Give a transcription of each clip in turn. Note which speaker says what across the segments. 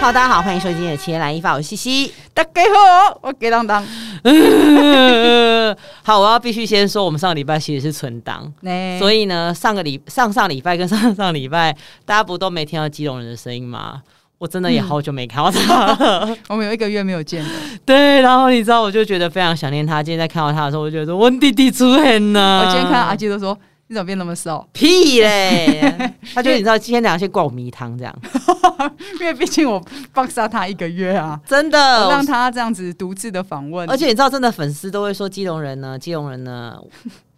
Speaker 1: Hello，大家好，欢迎收听今天的《千来一发》，我是西西。
Speaker 2: 大家好，我给当 当。
Speaker 1: 好，我要必须先说，我们上个礼拜其实是存档，
Speaker 2: 呢
Speaker 1: 所
Speaker 2: 以
Speaker 1: 以呢，上个礼上上礼拜跟上上礼拜，大家不都没听到基隆人的声音吗？我真的也好久没看到他 了，
Speaker 2: 我们有一个月没有见了，
Speaker 1: 对，然后你知道，我就觉得非常想念他。今天在看到他的时候，我就觉得温弟弟出现呢。
Speaker 2: 我今天看到阿基都说你怎么变那么瘦？
Speaker 1: 屁嘞， 他就你知道，今天两先灌我迷汤这样，
Speaker 2: 因为毕竟我放杀他一个月啊，
Speaker 1: 真的
Speaker 2: 我让他这样子独自的访问，
Speaker 1: 而且你知道，真的粉丝都会说基隆人呢，基隆人呢，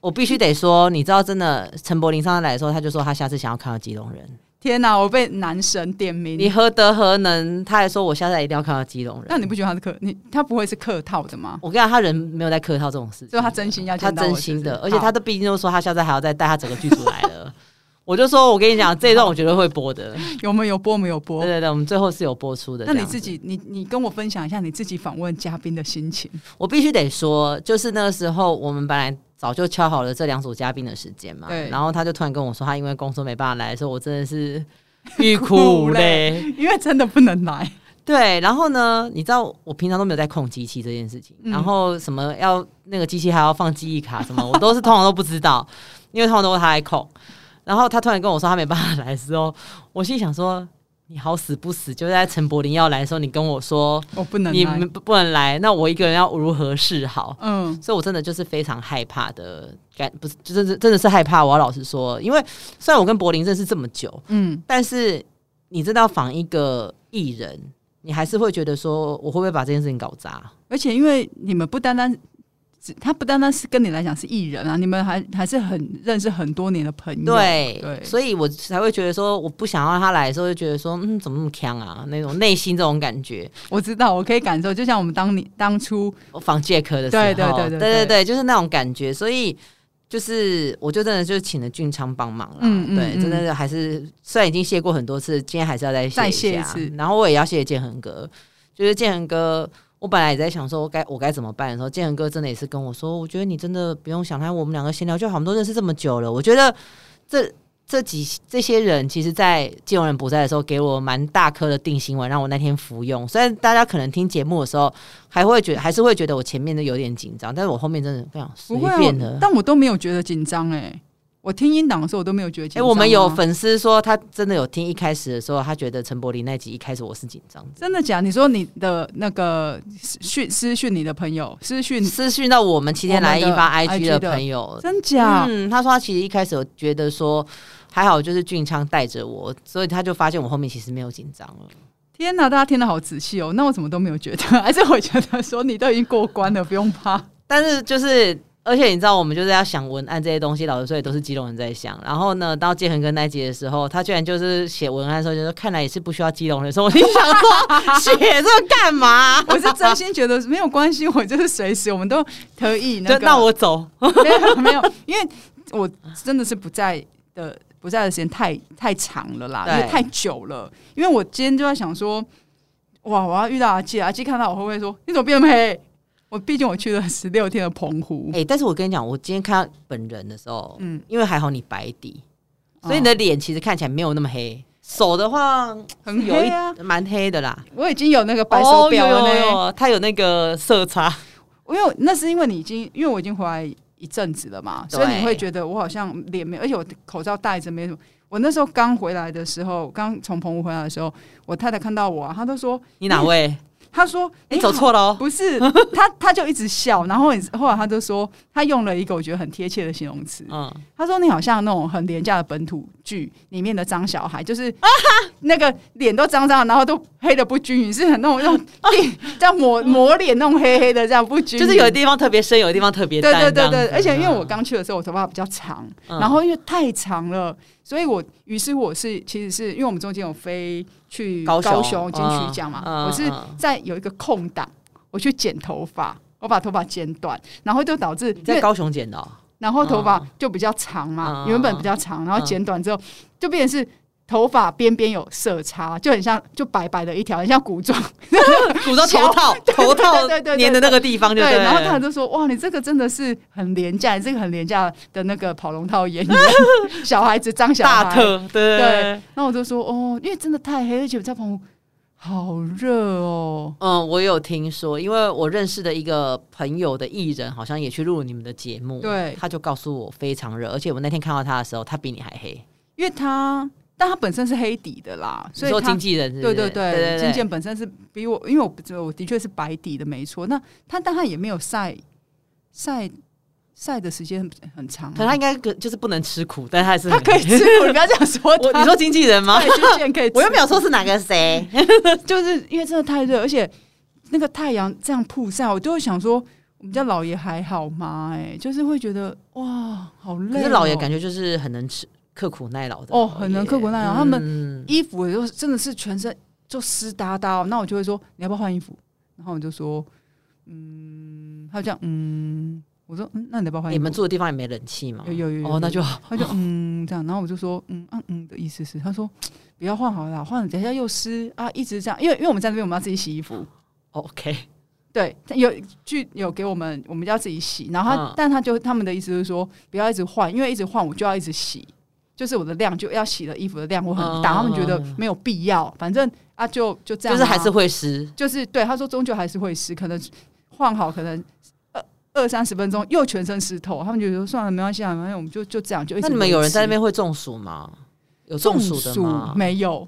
Speaker 1: 我必须得说，你知道，真的陈柏霖上次来的时候，他就说他下次想要看到基隆人，
Speaker 2: 天哪，我被男神点
Speaker 1: 你
Speaker 2: 名。
Speaker 1: 何德何能？他还说我下次来一定要看到基隆人。
Speaker 2: 那你不觉得他是客？你他不会是客套的吗？
Speaker 1: 我跟你讲，他人没有在客套这种事
Speaker 2: 就
Speaker 1: 情，
Speaker 2: 他真心要
Speaker 1: 他
Speaker 2: 见到我
Speaker 1: 真心的，
Speaker 2: 是不
Speaker 1: 而
Speaker 2: 是
Speaker 1: 且他都毕竟都说他下次还要再带他整个剧组来了。 我就说，我跟你讲，这一段我觉得会播 的。
Speaker 2: 好有没有播没有播
Speaker 1: 对？对对，我们最后是有播出的。
Speaker 2: 那你
Speaker 1: 这样子
Speaker 2: 自己，你你跟我分享一下你自己访问嘉宾的心情。
Speaker 1: 我必须得说，就是那个时候我们本来。早就敲好了这两组嘉宾的时间嘛，
Speaker 2: 对
Speaker 1: 然后他就突然跟我说，他因为工作没办法来的时候，我真的是欲哭 无泪。
Speaker 2: 因为真的不能来，
Speaker 1: 对，然后呢，你知道我平常都没有在控机器这件事情，
Speaker 2: 嗯
Speaker 1: 然后什么要那个机器还要放记忆卡什么，我都是通常都不知道， 因为通常都是他来控。然后他突然跟我说他没办法来的时候，我心里想说，你好死不死，就在陈柏霖要来的时候，你跟我说
Speaker 2: 我不能
Speaker 1: 你
Speaker 2: 来。
Speaker 1: 们不不能来，那我一个人要如何是好？
Speaker 2: 嗯，
Speaker 1: 所以我真的就是非常害怕的感，不是，就真的真的是害怕。我要老实说，因为虽然我跟柏林认识这么久，
Speaker 2: 嗯，
Speaker 1: 但是你知道仿一个艺人，你还是会觉得说，我会不会把这件事情搞砸？
Speaker 2: 而且因为你们不单单只，他不单单是跟你来讲是艺人啊，你们还还是很认识很多年的朋友。，
Speaker 1: 对，
Speaker 2: 嗯对
Speaker 1: 所以我才会觉得说，我不想要让他来的时候，就觉得说，嗯，怎么那么强啊？那种内心这种感觉。
Speaker 2: 我知道，我可以感受，就像我们当你当初
Speaker 1: 我仿借科的时候，
Speaker 2: 对对对
Speaker 1: 对
Speaker 2: 对
Speaker 1: 对
Speaker 2: 对
Speaker 1: 对就是那种感觉，所以。就是，我就真的就请了俊昌帮忙了，
Speaker 2: 嗯嗯
Speaker 1: 对，
Speaker 2: 嗯
Speaker 1: 真的还是虽然已经谢过很多次，今天还是要再谢
Speaker 2: 再
Speaker 1: 谢
Speaker 2: 谢
Speaker 1: 一
Speaker 2: 一
Speaker 1: 下
Speaker 2: 次
Speaker 1: 然后我也要谢谢建恒哥，就是建恒哥，我本来也在想说我该我该怎么办的时候，建恒哥真的也是跟我说，我觉得你真的不用想太，我们两个闲聊就好，我们都认识这么久了，我觉得这这几这些人，其实，在金融人不在的时候，给我蛮大颗的定心丸，让我那天服用。虽然大家可能听节目的时候，还会觉还是会觉得我前面都有点紧张，但是我后面真的非常随
Speaker 2: 不会、
Speaker 1: 便
Speaker 2: 啊
Speaker 1: 的，。
Speaker 2: 但我都没有觉得紧张哎。我听音档的时候，我都没有觉得紧
Speaker 1: 哎、
Speaker 2: 张、啊
Speaker 1: 我们有
Speaker 2: 分，
Speaker 1: 粉丝说，他真的有听一开始的时候，他觉得陈柏霖那集一开始我是紧张的，
Speaker 2: 真的假？你说你的那个私讯私讯你的朋友私讯，
Speaker 1: 私讯到我们七天来一发
Speaker 2: 嗯我们的
Speaker 1: IG 的
Speaker 2: IG 的
Speaker 1: 朋友，
Speaker 2: 真假？
Speaker 1: 嗯，他说他其实一开始有觉得说还好，就是俊昌带着我，所以他就发现我后面其实没有紧张了。
Speaker 2: 天哪，大家听的好仔细哦。那我怎么都没有觉得？还是我觉得说你都已经过关了，不用怕。
Speaker 1: 但是就是，而且你知道，我们就是要想文案这些东西，老实说也都是基隆人在想。然后呢，到建恒跟那一集的时候，他居然就是写文案的时候，就说看来也是不需要基隆人。说我心想说 写这个干 嘛？
Speaker 2: 我是真心觉得没有关系，我就是随时我们都可以那
Speaker 1: 就
Speaker 2: 个。
Speaker 1: 那我走。
Speaker 2: 没有没有，因为我真的是不在的不在的时间太太长了啦，
Speaker 1: 对
Speaker 2: 因为太久了。因为我今天就在想说，哇，我要遇到阿基，阿基看到我会不会说你怎么变黑？我毕竟我去了十六天的澎湖
Speaker 1: 哎、，但是我跟你讲，我今天看到本人的时候，嗯
Speaker 2: 嗯，
Speaker 1: 因为还好你白底，所以你的脸其实看起来没有那么黑。手的话
Speaker 2: 哦很
Speaker 1: 有
Speaker 2: 黑
Speaker 1: 一
Speaker 2: 啊。
Speaker 1: 蛮黑的啦，
Speaker 2: 我已经有那个白手表了
Speaker 1: 哦
Speaker 2: 呢，
Speaker 1: 有有有它有那个色差。
Speaker 2: 因为我那是因为你已经，因为我已经回来一阵子了嘛，
Speaker 1: 对
Speaker 2: 所以你会觉得我好像脸没，而且我口罩戴着没什么。我那时候刚回来的时候，刚从澎湖回来的时候，我太太看到我、啊，她都说，
Speaker 1: 你哪
Speaker 2: 哎
Speaker 1: 位？
Speaker 2: 她说
Speaker 1: 你
Speaker 2: 好
Speaker 1: 走错了哦。
Speaker 2: 不是 她，她就一直笑，然后后来她就说，她用了一个我觉得很贴切的形容词，
Speaker 1: 嗯，
Speaker 2: 她说你好像那种很廉价的本土剧里面的脏小孩， 就是那个脸都脏脏的，然后都黑的不均匀，是很那种 那种这样抹抹脸那种黑黑的这样不均匀，
Speaker 1: 就是有的地方特别深，有的地方特别
Speaker 2: 对
Speaker 1: 淡。
Speaker 2: 对对
Speaker 1: 这样
Speaker 2: 对，
Speaker 1: 子
Speaker 2: 而且因为我
Speaker 1: 嗯
Speaker 2: 刚去的时候，我头发比较长，
Speaker 1: 嗯
Speaker 2: 然后因为太长了，所以我于是我是其实是因为我们中间有飞去
Speaker 1: 高雄
Speaker 2: 雄金曲奖嘛，
Speaker 1: 嗯嗯
Speaker 2: 我是
Speaker 1: 嗯
Speaker 2: 在有一个空档，我去剪头发，我把头发剪短，然后就导致
Speaker 1: 你
Speaker 2: 因
Speaker 1: 在
Speaker 2: 为
Speaker 1: 高雄剪的哦、
Speaker 2: 然后头发就比较长嘛，
Speaker 1: 嗯嗯
Speaker 2: 原本比较长，然后剪短之后就变成是。头发边边有色差，就很像就白白的一条，很像古装。
Speaker 1: 古装头套，头套
Speaker 2: 对对对
Speaker 1: 粘的那个地方就
Speaker 2: 对，
Speaker 1: 对了。
Speaker 2: 然后他就说：“哇，你这个真的是很廉价，你这个很廉价的那个跑龙套 演员，小孩子张小孩。
Speaker 1: 大”特，对
Speaker 2: 对
Speaker 1: 对，
Speaker 2: 然后我就说：“哦，因为真的太黑，而且我在澎湖好热哦，
Speaker 1: 嗯，我有听说，因为我认识的一个朋友的艺人，好像也去录你们的节目，
Speaker 2: 对
Speaker 1: 他就告诉我非常热，而且我那天看到他的时候，他比你还黑，
Speaker 2: 因为它，但它本身是黑底的啦，所
Speaker 1: 你说
Speaker 2: 以它
Speaker 1: 经纪人是不
Speaker 2: 对
Speaker 1: 是
Speaker 2: 对
Speaker 1: 对
Speaker 2: 对，金健本身是比我，因为我不知道，我的确是白底的，没错。那他但他也没有晒晒晒的时间很很长啊、
Speaker 1: 可他应该可就是不能吃苦，但他还是
Speaker 2: 他
Speaker 1: 很
Speaker 2: 可以吃，你不要这样说
Speaker 1: 我
Speaker 2: 他。
Speaker 1: 你说经纪人吗？
Speaker 2: 对金健可以吃，
Speaker 1: 我又没有说是哪个谁，
Speaker 2: 就是因为真的太热，而且那个太阳这样曝晒，我就会想说，我们家老爷还好吗？哎，就是会觉得哇，好累、
Speaker 1: 可
Speaker 2: 哦
Speaker 1: 是老爷感
Speaker 2: 觉
Speaker 1: 觉就是很能吃刻苦耐劳的
Speaker 2: 哦
Speaker 1: 老爷
Speaker 2: 很能刻苦耐劳他们
Speaker 1: 嗯
Speaker 2: 衣服也就真的是全身就湿哒哒哦、那我就会说你要不要换衣服？然后我就说，嗯，他就这样，嗯，我说，嗯，那你要不要换衣
Speaker 1: 你
Speaker 2: 服？
Speaker 1: 们住的地方也没冷气吗？
Speaker 2: 有有有有
Speaker 1: 哦，那就好
Speaker 2: 他就嗯这样，然后我就说嗯嗯嗯的意思是，他说不要换好了啦，换了等一下又湿啊，一直这样，因为因为我们在那边我们要自己洗衣服，
Speaker 1: 哦 OK。
Speaker 2: 对，有去有给我们我们要自己洗，然后他、
Speaker 1: 嗯
Speaker 2: 但他就他们的意思是说不要一直换，因为一直换我就要一直洗，就是我的量就要洗的衣服的量我很大，
Speaker 1: 嗯
Speaker 2: 他们觉得
Speaker 1: 嗯嗯
Speaker 2: 没有必要，反正啊就哦就
Speaker 1: 就
Speaker 2: 这样啊、
Speaker 1: 是还是会湿，
Speaker 2: 就是对他说终究还是会湿，可能换好可能。二二三十分钟又全身湿透，他们就说算了，没关系啊，反正我们就就这样，就一直
Speaker 1: 那你们有人在那
Speaker 2: 边。
Speaker 1: 边会中暑吗？有中暑的吗？
Speaker 2: 没有。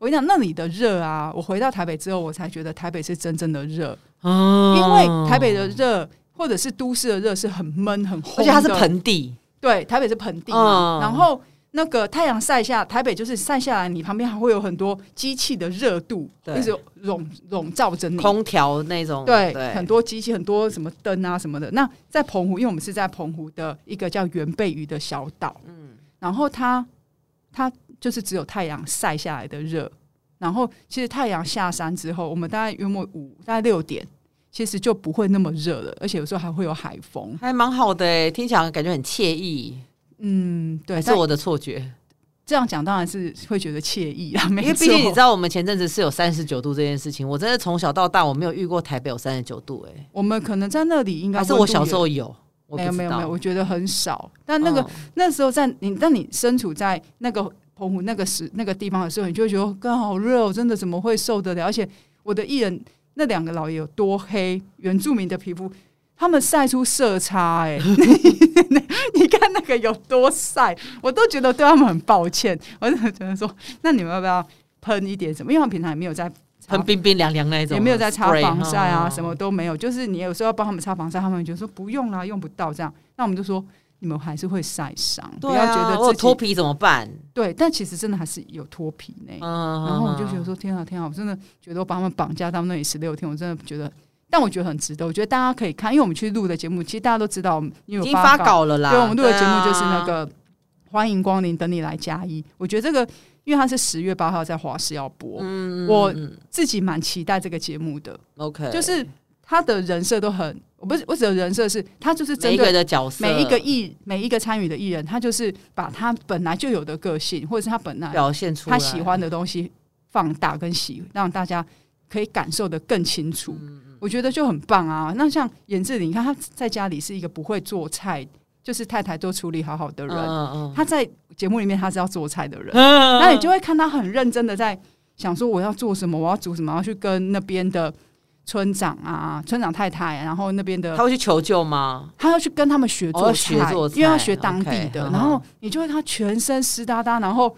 Speaker 2: 我跟你讲，那里的热啊，我回到台北之后，我才觉得台北是真正的热，
Speaker 1: 嗯
Speaker 2: 因为台北的热或者是都市的热是很闷很烘的，
Speaker 1: 而且它是盆地，
Speaker 2: 对，台北是盆地嘛，
Speaker 1: 嗯
Speaker 2: 然后那个太阳晒下，台北就是晒下来，你旁边还会有很多机器的热度
Speaker 1: 对
Speaker 2: 一直笼笼罩着你，
Speaker 1: 空调那种，
Speaker 2: 嗯对，
Speaker 1: 哦对，
Speaker 2: 很多机器，很多什么灯啊什么的。那在澎湖，因为我们是在澎湖的一个叫圆背鱼的小岛，嗯，然后它它就是只有太阳晒下来的热，然后其实太阳下山之后，我们大概约莫五大概六点，其实就不会那么热了，而且有时候还会有海风。
Speaker 1: 还蛮好的诶，听起来感觉很惬意，
Speaker 2: 嗯，对，
Speaker 1: 还是
Speaker 2: 但
Speaker 1: 我的错觉？
Speaker 2: 这样讲当然是会觉得惬意啦，没
Speaker 1: 因为
Speaker 2: 错
Speaker 1: 毕。竟你知道，我们前阵子是有三十九度这件事情，我真的从小到大我没有遇过台北有三十九度，哎，
Speaker 2: 我们可能在那里应该
Speaker 1: 还是我
Speaker 2: 温度
Speaker 1: 小
Speaker 2: 也
Speaker 1: 时候有，我
Speaker 2: 没有
Speaker 1: 不知
Speaker 2: 没有
Speaker 1: 道
Speaker 2: 没有，我觉得很少。但那个
Speaker 1: 嗯
Speaker 2: 那时候在你，当你身处在那个澎湖那个时那个地方的时候，你就会觉得刚好热、哦，真的怎么会受得了？而且我的艺人那两个老爷有多黑，原住民的皮肤，他们晒出色差、欸，哎， 你看那个有多晒，我都觉得对他们很抱歉。我就觉得说，那你们要不要喷一点什么？因为他们平常也没有在擦
Speaker 1: 很冰冰凉凉那一种，啊
Speaker 2: 也没有在擦
Speaker 1: spray，
Speaker 2: 防晒啊，
Speaker 1: 嗯
Speaker 2: 什么都没有。就是你有时候要帮他们擦防晒，他们就说不用啦，用不到这样。那我们就说你们还是会晒伤，不
Speaker 1: 对
Speaker 2: 要觉
Speaker 1: 啊，
Speaker 2: 得
Speaker 1: 我有
Speaker 2: 自己
Speaker 1: 脱皮怎么办？
Speaker 2: 对，但其实真的还是有脱皮呢。
Speaker 1: 嗯，
Speaker 2: 然后我就觉得说，天啊天啊，我真的觉得我把他们绑架到那里十六天，我真的觉得，但我觉得很值得。我觉得大家可以看，因为我们去录的节目，其实大家都知道，我们你有
Speaker 1: 已经发
Speaker 2: 稿，
Speaker 1: 稿了啦，
Speaker 2: 对，我们录的节目就是
Speaker 1: 对啊
Speaker 2: 那个、欢迎光临，等你来加一。我觉得这个，因为它是十月八号在华视要播，
Speaker 1: 嗯，嗯
Speaker 2: 我
Speaker 1: 嗯
Speaker 2: 自己蛮期待这个节目的。
Speaker 1: OK，
Speaker 2: 就是他的人设都很，我不是我指的人设是，他就是
Speaker 1: 每
Speaker 2: 针
Speaker 1: 一个
Speaker 2: 对
Speaker 1: 的角色，
Speaker 2: 每一个艺每一个参与的艺人，他就是把他本来就有的个性，或者是他本来
Speaker 1: 表现出来
Speaker 2: 他喜欢的东西放大跟喜，让大家可以感受的更清楚。
Speaker 1: 嗯
Speaker 2: 我觉得就很棒啊！那像严志玲，你看他在家里是一个不会做菜，就是太太都处理好好的
Speaker 1: 嗯
Speaker 2: 人，
Speaker 1: 嗯
Speaker 2: 他在节目里面他是要做菜的人。
Speaker 1: 嗯，
Speaker 2: 那你就会看他很认真的在想说我要做什么，我要煮什么，要去跟那边的村长啊、村长太太，然后那边的
Speaker 1: 他会去求救吗？
Speaker 2: 他要去跟他们学做
Speaker 1: 哦
Speaker 2: 菜，
Speaker 1: 学做菜
Speaker 2: 因为要学当地
Speaker 1: OK，
Speaker 2: 的。
Speaker 1: 嗯
Speaker 2: 然后你就会看他全身湿哒哒，然后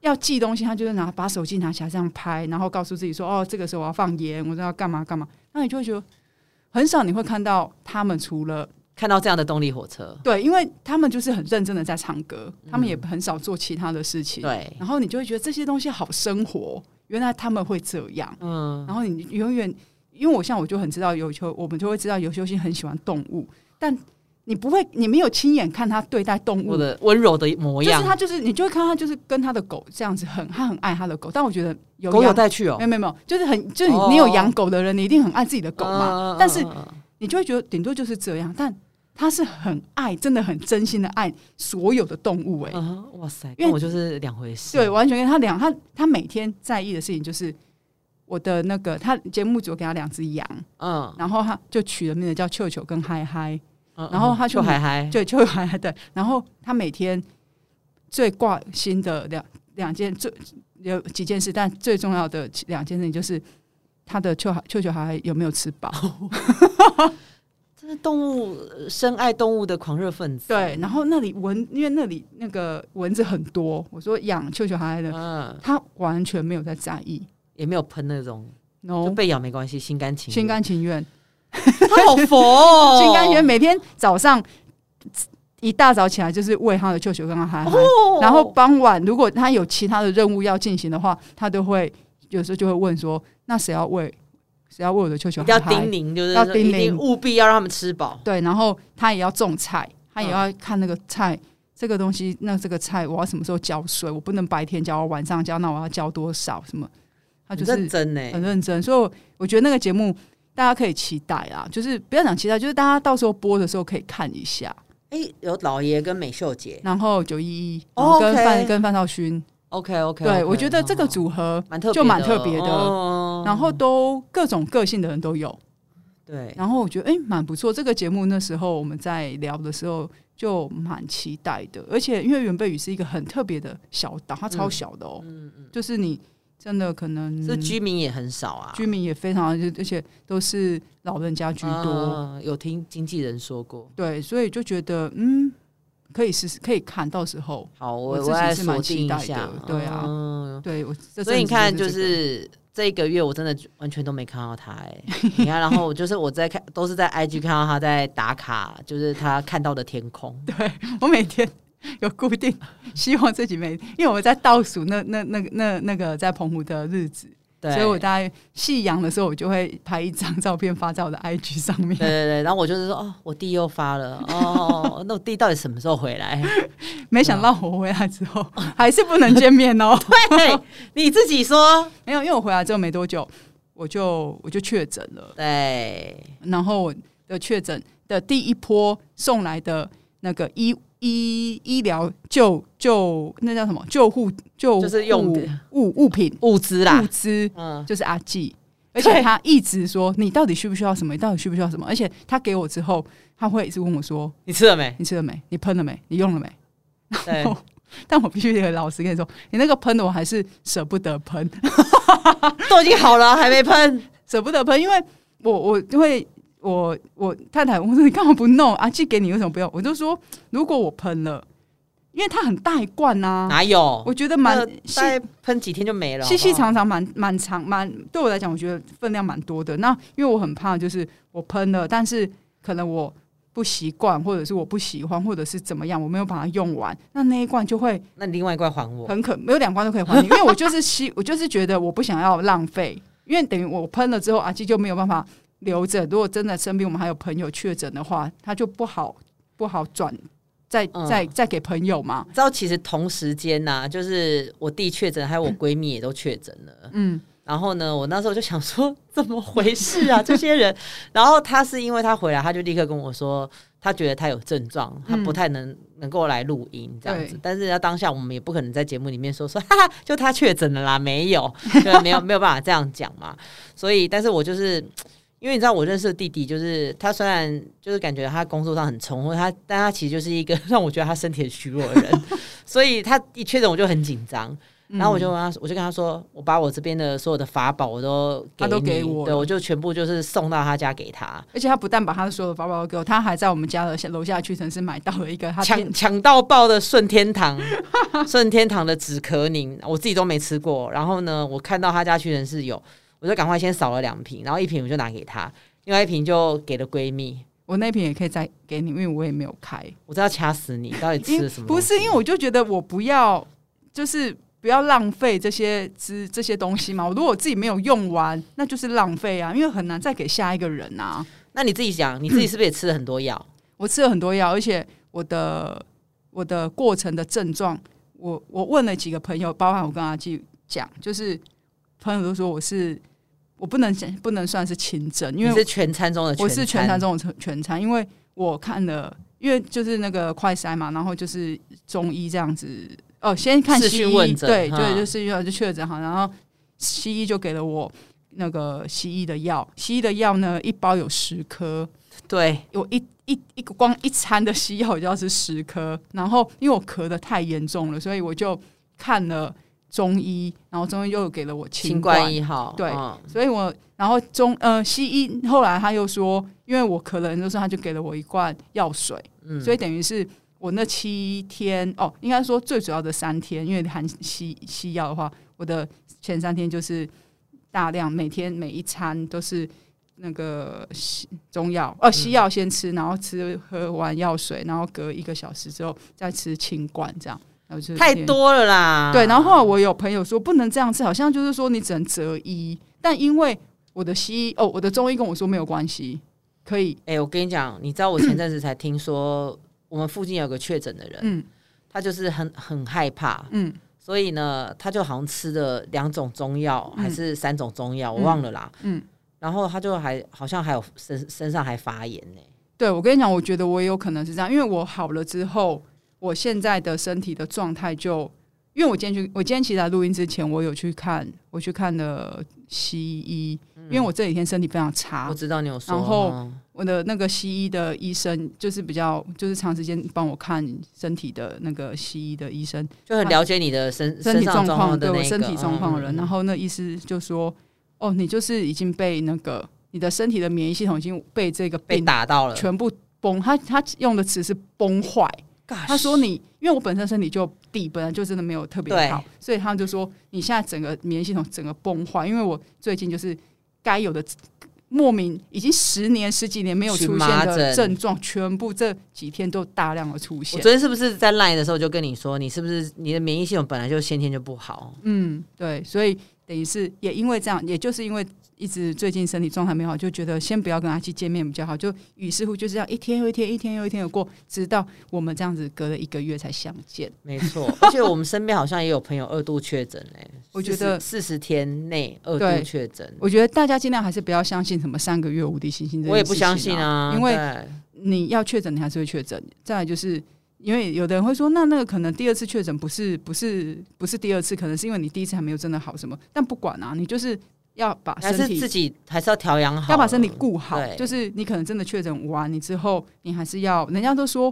Speaker 2: 要记东西，他就是拿把手机拿起来这样拍，然后告诉自己说：“哦，这个时候我要放盐，我知道干嘛干嘛。”那你就会觉得很少你会看到他们除了
Speaker 1: 看到这样的动力火车，
Speaker 2: 对，因为他们就是很认真的在唱歌，他们也很少做其他的事情。
Speaker 1: 对，
Speaker 2: 然后你就会觉得这些东西好生活，原来他们会这样。
Speaker 1: 嗯，
Speaker 2: 然后你永远，因为我像我就很知道有球，我们就会知道有球星很喜欢动物，但你不会，你没有亲眼看他对待动
Speaker 1: 我
Speaker 2: 物，
Speaker 1: 的温柔的模
Speaker 2: 嗯就是
Speaker 1: 样，
Speaker 2: 他就是你就会看他就是跟他的狗这样子很，他很爱他的狗，但我觉得有
Speaker 1: 狗有
Speaker 2: 养。
Speaker 1: 带去哦
Speaker 2: 没，有没有没有，就是很就是你
Speaker 1: 哦
Speaker 2: 你有养狗的人，你一定很爱自己的狗嘛。
Speaker 1: 嗯
Speaker 2: 但是
Speaker 1: 嗯嗯
Speaker 2: 你就会觉得顶多就是这样，但他是很爱，真的很真心的爱所有的动物、欸。
Speaker 1: 嗯嗯哇塞，
Speaker 2: 因
Speaker 1: 因
Speaker 2: 为
Speaker 1: 为我就是两回事，
Speaker 2: 对，完全跟他两，他他每天在意的事情就是我的那个，他节目组给他两只羊，
Speaker 1: 嗯，
Speaker 2: 然后他就取了名字叫球球跟嗨嗨，
Speaker 1: 嗯，
Speaker 2: 然后他就
Speaker 1: 就还还
Speaker 2: 对，球球嗨嗨对，然后他每天最挂心的两两件最有几件事，但最重要的两件事情就是他的秋秋球还有没有吃 饱，
Speaker 1: 这是动物呃深爱动物的狂热分子。
Speaker 2: 对，然后那里蚊，因为那里那个蚊子很多，我说养秋球还的，
Speaker 1: 嗯，
Speaker 2: 他完全没有在在意
Speaker 1: 也没有喷那种，就
Speaker 2: ，no，
Speaker 1: 被咬没关系，心甘情愿
Speaker 2: 哦心甘情愿，
Speaker 1: 他好佛、哦，
Speaker 2: 心甘情愿，每天早上一大早起来就是喂他的秋球跟他嗨嗨，
Speaker 1: 哦
Speaker 2: 然后傍晚如果他有其他的任务要进行的话，他都会有时候就会问说，那谁要喂，谁要喂我的秋球
Speaker 1: 一定要
Speaker 2: 嗨
Speaker 1: 叮
Speaker 2: 嗨？
Speaker 1: 咛，就是
Speaker 2: 要
Speaker 1: 说
Speaker 2: 叮
Speaker 1: 一
Speaker 2: 咛
Speaker 1: 定务必要让他们吃饱。
Speaker 2: 对，然后他也要种菜，他也
Speaker 1: 嗯
Speaker 2: 要看那个菜、这个东西，那这个菜我要什么时候浇水，我不能白天浇，我晚上浇，那我要浇多少什么，他就
Speaker 1: 很认
Speaker 2: 是
Speaker 1: 真欸呢，
Speaker 2: 很认真，所以我我觉得那个节目大家可以期待啊，就是不要讲期待，就是大家到时候播的时候可以看一下，
Speaker 1: 哎，有老爷跟美秀姐
Speaker 2: 然后九一一，然
Speaker 1: 哦
Speaker 2: 后跟
Speaker 1: OK
Speaker 2: 范、跟范少勋，
Speaker 1: ，OK OK，哦
Speaker 2: 对我觉得这个组合。
Speaker 1: 蛮特别的，
Speaker 2: 就蛮特别的
Speaker 1: 哦
Speaker 2: 然后都各种个性的人都有，
Speaker 1: 对，
Speaker 2: 然后我觉得哎蛮、不错。这个节目那时候我们在聊的时候就蛮期待的，而且因为原贝屿是一个很特别的小岛，它超小的哦，
Speaker 1: 嗯嗯，
Speaker 2: 就是你真的可能
Speaker 1: 这居民也很少啊，
Speaker 2: 嗯居民也非常，而且都是老人家居多，
Speaker 1: 啊有听经纪人说过。
Speaker 2: 对，所以就觉得嗯可以试试可以看，到时候
Speaker 1: 好，
Speaker 2: 我
Speaker 1: 我
Speaker 2: 自己
Speaker 1: 来
Speaker 2: 是蛮
Speaker 1: 锁定
Speaker 2: 期
Speaker 1: 一
Speaker 2: 待的
Speaker 1: 下，
Speaker 2: 对啊
Speaker 1: 嗯
Speaker 2: 对我这阵子
Speaker 1: 所以你看，
Speaker 2: 就
Speaker 1: 就是是这个月我真的完全都没看到他哎、 你看，然后我就是我在看，都是在 IG 看到他在打卡，就是他看到的天 空。
Speaker 2: 这个我每天。有固 定，希望自己每，因为我在倒数那那那那那个在澎湖的日子，
Speaker 1: 对，
Speaker 2: 所以我大概夕阳的时候，我就会拍一张照片发 在我的 IG 上面。
Speaker 1: 对对对，然后我就是说，哦，我弟又发了， 哦，那我弟到底什么时候回来？
Speaker 2: 没想到我回来之后 还是不能见面哦。
Speaker 1: 嘿，你自己说，
Speaker 2: 没有，因为我回来之后没多久，我就我就确诊了。
Speaker 1: 对，
Speaker 2: 然后我的确诊的第一波送来的那个医医医疗救救那叫什么救护救护
Speaker 1: 就是用的
Speaker 2: 物物品
Speaker 1: 物资
Speaker 2: 物
Speaker 1: 啦，
Speaker 2: 资，
Speaker 1: 嗯，
Speaker 2: 就是阿纪。而
Speaker 1: 对
Speaker 2: 且他一直说你到底需不需要什么，你到底需不需要什么？而且他给我之后，他会一直问我说
Speaker 1: 你吃了没？
Speaker 2: 你吃了没？你喷了没？你用了没？
Speaker 1: 对，
Speaker 2: 但我必须得老实跟你说，你那个喷的我还是舍不得喷，
Speaker 1: 都已经好了，还没喷，
Speaker 2: 舍不得喷，因为我我就会我我太太我说你干嘛不弄啊？寄给你为什么不用？我就说如果我喷了，因为它很大一罐呐、
Speaker 1: 哪有？
Speaker 2: 我觉得蛮
Speaker 1: 那
Speaker 2: 细
Speaker 1: 大概喷几天就没了，
Speaker 2: 细细
Speaker 1: 好不好
Speaker 2: 长长蛮蛮长蛮对我来讲，我觉得分量蛮多的。那因为我很怕就是我喷了，但是可能我。不习惯，或者是我不喜欢，或者是怎么样，我没有把它用完，那那一罐就会
Speaker 1: 那你另外一罐还我。
Speaker 2: 很可没有两关都可以还你，因为我就是希，我就是觉得我不想要浪费，因为等于我喷了之后，阿基就没有办法留着。如果真的身边我们还有朋友确诊的话，他就不好不好转，再
Speaker 1: 嗯
Speaker 2: 再再给朋友嘛。
Speaker 1: 你知道，其实同时间呐、就是我弟确诊，还有我闺蜜也都确诊了。
Speaker 2: 嗯，
Speaker 1: 然后呢，我那时候就想说，怎么回事啊？这些人。然后他是因为他回来，他就立刻跟我说，他觉得他有症状，他不太能、能够来录音这样子
Speaker 2: 对。
Speaker 1: 但是要当下我们也不可能在节目里面说说， 哈哈，就他确诊了啦，没有，对，没有没有办法这样讲嘛。所以，但是我就是。因为你知道我认识的弟弟，就是他虽然就是感觉他工作上很冲，或者他，但他其实就是一个让我觉得他身体很虚弱的 人，所以他一确诊我就很紧张。
Speaker 2: 嗯
Speaker 1: 然后我就问他，我就跟他说，我把我这边的所有的法宝我都给
Speaker 2: 他都
Speaker 1: 你
Speaker 2: 给我
Speaker 1: 对
Speaker 2: 了
Speaker 1: 我就全部就是送到他家给他，
Speaker 2: 而且他不但把他的所有的包包给我，他还在我们家的楼下屈臣氏买到了一个他
Speaker 1: 抢抢到爆的顺天堂， 顺天堂的止咳宁，我自己都没吃过。然后呢，我看到他家屈臣氏有，我就赶快先扫了两瓶，然后一瓶我就拿给他，另外一瓶就给了闺蜜。
Speaker 2: 我那瓶也可以再给你，因为我也没有开。
Speaker 1: 我知道掐死你，到底吃
Speaker 2: 因
Speaker 1: 了什么？
Speaker 2: 不是，因为我就觉得我不要，就是不要浪费这些资这些东西嘛。我如果我自己没有用完，那就是浪费啊，因为很难再给下一个人啊。
Speaker 1: 那你自己讲，你自己是不是也吃了很多药？
Speaker 2: 我吃了很多药，而且我的我的过程的症状，我我问了几个朋友，包含我跟阿纪讲，就是朋友都说我是我不能讲不能算是轻症，因为
Speaker 1: 你是全餐中的呃全
Speaker 2: 我
Speaker 1: 餐，
Speaker 2: 是全餐中的全餐，因为我看了，因为就是那个快筛嘛，然后就是中医这样子，哦，先看
Speaker 1: 视
Speaker 2: 西
Speaker 1: 讯
Speaker 2: 医，
Speaker 1: 问诊
Speaker 2: 对
Speaker 1: 哈
Speaker 2: 对，就是因为就确诊好，然后西医就给了我那个西医的药，西医的药呢一包有十颗，
Speaker 1: 对，
Speaker 2: 有一一一个光一餐的西药我就要吃十颗，然后因为我咳得太严重了，所以我就看了中医，然后中医又给了我
Speaker 1: 新
Speaker 2: 清
Speaker 1: 冠一号，
Speaker 2: 对
Speaker 1: 嗯
Speaker 2: 所以我然后中呃西医后来他又说，因为我可能就是他就给了我一罐药水，
Speaker 1: 嗯，
Speaker 2: 所以等于是我那七天哦，应该说最主要的三天，因为含西西药的话，我的前三天就是大量每天每一餐都是那个西中药，
Speaker 1: 嗯
Speaker 2: 呃西药先吃，然后吃喝完药水，然后隔一个小时之后再吃清冠，这样，然后就是
Speaker 1: 太
Speaker 2: 连
Speaker 1: 多了啦。
Speaker 2: 对，然后后来我有朋友说不能这样吃，好像就是说你只能择一，但因为我的西医哦，我的中医跟我说没有关系，可以，
Speaker 1: 哎、我跟你讲，你知道我前阵子才听说，我们附近有个确诊的人，
Speaker 2: 嗯
Speaker 1: 他就是很很害怕，
Speaker 2: 嗯，
Speaker 1: 所以呢，他就好像吃了两种中药、
Speaker 2: 嗯
Speaker 1: 还是三种中药，我
Speaker 2: 嗯
Speaker 1: 忘了啦。
Speaker 2: 嗯，
Speaker 1: 然后他就还好像还有身身上还发炎呢、
Speaker 2: 对我跟你讲，我觉得我也有可能是这样，因为我好了之后，我现在的身体的状态就，因为我今天去，我今天其实来录音之前，我有去看，我去看了西医，因为我这几天身体非常差，
Speaker 1: 我知道你有说，
Speaker 2: 啊然后
Speaker 1: 嗯
Speaker 2: 我的那个西医的医生就是比较，就是长时间帮我看身体的那个西医的医生，
Speaker 1: 就很了解你的身
Speaker 2: 身体
Speaker 1: 上
Speaker 2: 状
Speaker 1: 状
Speaker 2: 况，
Speaker 1: 的
Speaker 2: 对
Speaker 1: 那
Speaker 2: 我
Speaker 1: 一
Speaker 2: 身
Speaker 1: 个
Speaker 2: 体状况的人。
Speaker 1: 嗯
Speaker 2: 然后那医师就说：“哦，你就是已经被那个你的身体的免疫系统已经被这个
Speaker 1: 被
Speaker 2: 病
Speaker 1: 打到了，
Speaker 2: 全部崩。”他他用的词是崩坏。
Speaker 1: Gosh
Speaker 2: 他说你，因为我本身身体就底本来就真的没有特别
Speaker 1: 对
Speaker 2: 好，所以他就说你现在整个免疫系统整个崩坏，因为我最近就是该有的莫名已经十年十几年没有
Speaker 1: 荨
Speaker 2: 出
Speaker 1: 麻
Speaker 2: 现
Speaker 1: 疹
Speaker 2: 的症状，全部这几天都大量的出
Speaker 1: 我
Speaker 2: 现。
Speaker 1: 昨天是不是在 LINE 的时候就跟你说，你是不是你的免疫系统本来就先天就不好？
Speaker 2: 嗯，对，所以等于是也因为这样，也就是因为一直最近身体状态没好，就觉得先不要跟阿七见面比较好，就于是乎就这样一天又一天，一天又一天的过，直到我们这样子隔了一个月才相见。
Speaker 1: 没错，而且我们身边好像也有朋友二度确诊哎，
Speaker 2: 我觉得
Speaker 1: 四十天内二
Speaker 2: 对
Speaker 1: 度确诊，
Speaker 2: 我觉得大家尽量还是不要相信什么三个月无敌星星这件事情、
Speaker 1: 我也不相信啊，
Speaker 2: 因为
Speaker 1: 对
Speaker 2: 你要确诊，你还是会确诊。再来就是。因为有的人会说，那那个可能第二次确诊不是不是不是第二次，可能是因为你第一次还没有真的好什么。但不管啊，你就是要把
Speaker 1: 还是
Speaker 2: 身体
Speaker 1: 自己还是要调养好，
Speaker 2: 要把身体顾好
Speaker 1: 对。
Speaker 2: 就是你可能真的确诊完你之后，你还是要，人家都说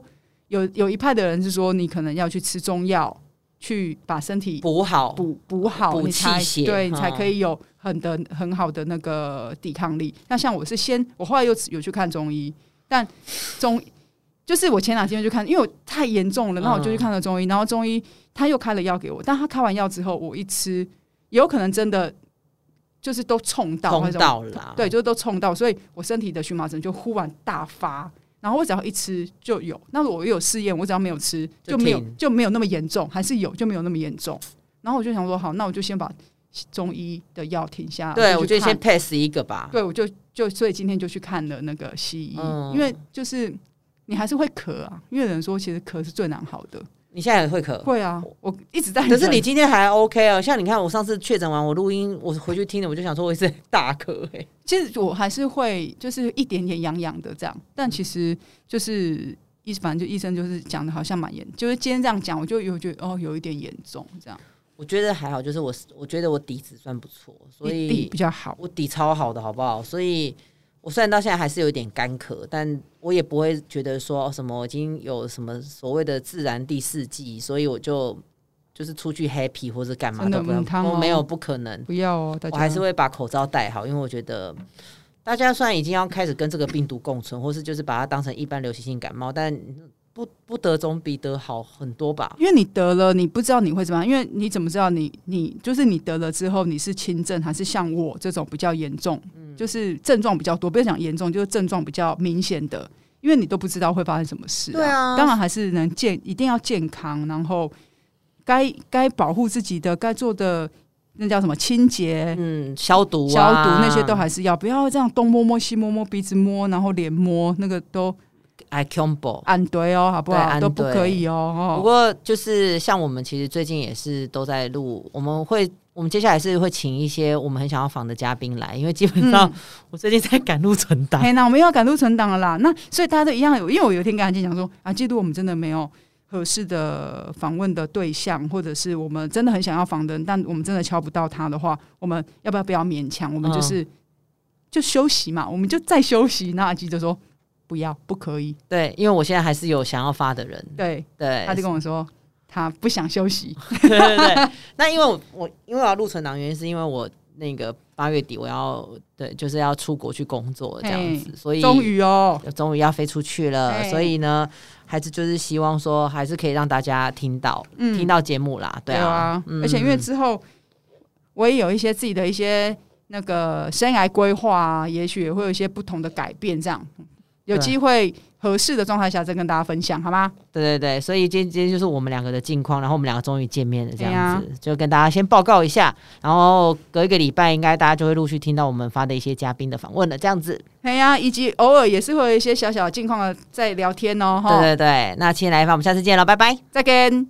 Speaker 2: 有有一派的人是说，你可能要去吃中药，去把身体
Speaker 1: 补好。
Speaker 2: 补补好，
Speaker 1: 补
Speaker 2: 你才
Speaker 1: 气血
Speaker 2: 对，你
Speaker 1: 嗯
Speaker 2: 才可以有很的很好的那个抵抗力。那像我是先，我后来又有去看中医，但中就是我前两天就去看，因为我太严重了，
Speaker 1: 嗯
Speaker 2: 那我就去看了中医，然后中医他又开了药给我，但他开完药之后，我一吃，也有可能真的就是都冲到
Speaker 1: 通
Speaker 2: 那种
Speaker 1: 道啦，
Speaker 2: 对，就是都冲到，所以我身体的荨麻疹就忽然大发。然后我只要一吃就有，那我有试验，我只要没有吃
Speaker 1: 就
Speaker 2: 就没有
Speaker 1: 停
Speaker 2: 就没有那么严重，还是有就没有那么严重。然后我就想说，好，那我就先把中医的药停下来。
Speaker 1: 对，我
Speaker 2: 啊就
Speaker 1: 觉
Speaker 2: 去
Speaker 1: 得先
Speaker 2: 看
Speaker 1: pass 一个吧。
Speaker 2: 对，我就就所以今天就去看了那个西医，
Speaker 1: 嗯
Speaker 2: 因为就是你还是会咳啊，因为有人说其实咳是最难好的，
Speaker 1: 你现在也会咳，
Speaker 2: 会啊，我一直在忍。
Speaker 1: 可是你今天还 OK 哦。像你看，我上次确诊完，我录音，我回去听了，我就想说我一直在大咳、欸，
Speaker 2: 其实我还是会就是一点点痒痒的这样，但
Speaker 1: 嗯
Speaker 2: 其实就是医，反正就医生就是讲的好像蛮严，就是今天这样讲，我就有觉得哦有一点严重这样，
Speaker 1: 我觉得还好，就是我我觉得我底子算不错，所
Speaker 2: 一定
Speaker 1: 以
Speaker 2: 比较好。
Speaker 1: 我底超好的，好不好？所以我虽然到现在还是有点干咳，但我也不会觉得说哦什么我已经有什么所谓的自然第四季，所以我就就是出去 happy 或者干嘛
Speaker 2: 真的
Speaker 1: 都不
Speaker 2: 母汤
Speaker 1: 能，
Speaker 2: 哦
Speaker 1: 我没有不可能。
Speaker 2: 不要哦，大家
Speaker 1: 我还是会把口罩戴好，因为我觉得大家虽然已经要开始跟这个病毒共存，或是就是把它当成一般流行性感冒，但不不得总比得好很多吧。
Speaker 2: 因为你得了，你不知道你会怎么样，因为你怎么知道你你就是你得了之后你是轻症还是像我这种比较严重，
Speaker 1: 嗯
Speaker 2: 就是症状比较多，不要讲严重，就是症状比较明显的，因为你都不知道会发生什么事、
Speaker 1: 对啊
Speaker 2: 当然还是能健，一定要健康，然后该该保护自己的，该做的那叫什么清洁。
Speaker 1: 嗯，消毒、啊、
Speaker 2: 消毒那些都还是要，不要这样东摸摸西摸摸，鼻子摸，然后脸摸，那个都
Speaker 1: 还 combo。
Speaker 2: 按对哦，好不
Speaker 1: 对
Speaker 2: 好？
Speaker 1: 按
Speaker 2: 都不
Speaker 1: 对
Speaker 2: 可以哦。哦
Speaker 1: 不过就是像我们其实最近也是都在录，我们会我们接下来是会请一些我们很想要访的嘉宾来，因为基本上
Speaker 2: 嗯
Speaker 1: 我最近在赶路存档，
Speaker 2: 嘿，那我们又要赶路存档了啦。那所以大家都一样有，因为我有一天跟安静讲说啊，记录我们真的没有合适的访问的对象，或者是我们真的很想要访的人，但我们真的敲不到他的话，我们要不要不要勉强？我们就是、就休息嘛，我们就再休息。那阿基就说不要，不可以。
Speaker 1: 对，因为我现在还是有想要发的人，
Speaker 2: 对，
Speaker 1: 对
Speaker 2: 他，就跟我说。他不想休息。
Speaker 1: 对对 对。那因为我我因为我要入存档，原因是因为我那个八月底我要对就是要出国去工作这样子，所以
Speaker 2: 终于哦，
Speaker 1: 终于要飞出去了，
Speaker 2: 嘿
Speaker 1: 所以呢，还是就是希望说还是可以让大家听到、
Speaker 2: 嗯
Speaker 1: 听到节目啦，对啊
Speaker 2: 啊，，而且因为之后我也有一些自己的一些那个生涯规划啊，也许也会有一些不同的改变，这样有
Speaker 1: 对
Speaker 2: 机会合适的状态下再跟大家分享，好吗？
Speaker 1: 对对对，所以今天今天就是我们两个的近况，然后我们两个终于见面了，这
Speaker 2: 对
Speaker 1: 样
Speaker 2: 啊
Speaker 1: 子、就跟大家先报告一下，然后隔一个礼拜应该大家就会陆续听到我们发的一些嘉宾的访问了，这样子。
Speaker 2: 哎呀、以及偶尔也是会有一些小小的近况的在聊天哦，哈，
Speaker 1: 对对对，那七言来一发，我们下次见了，拜拜。
Speaker 2: 再跟。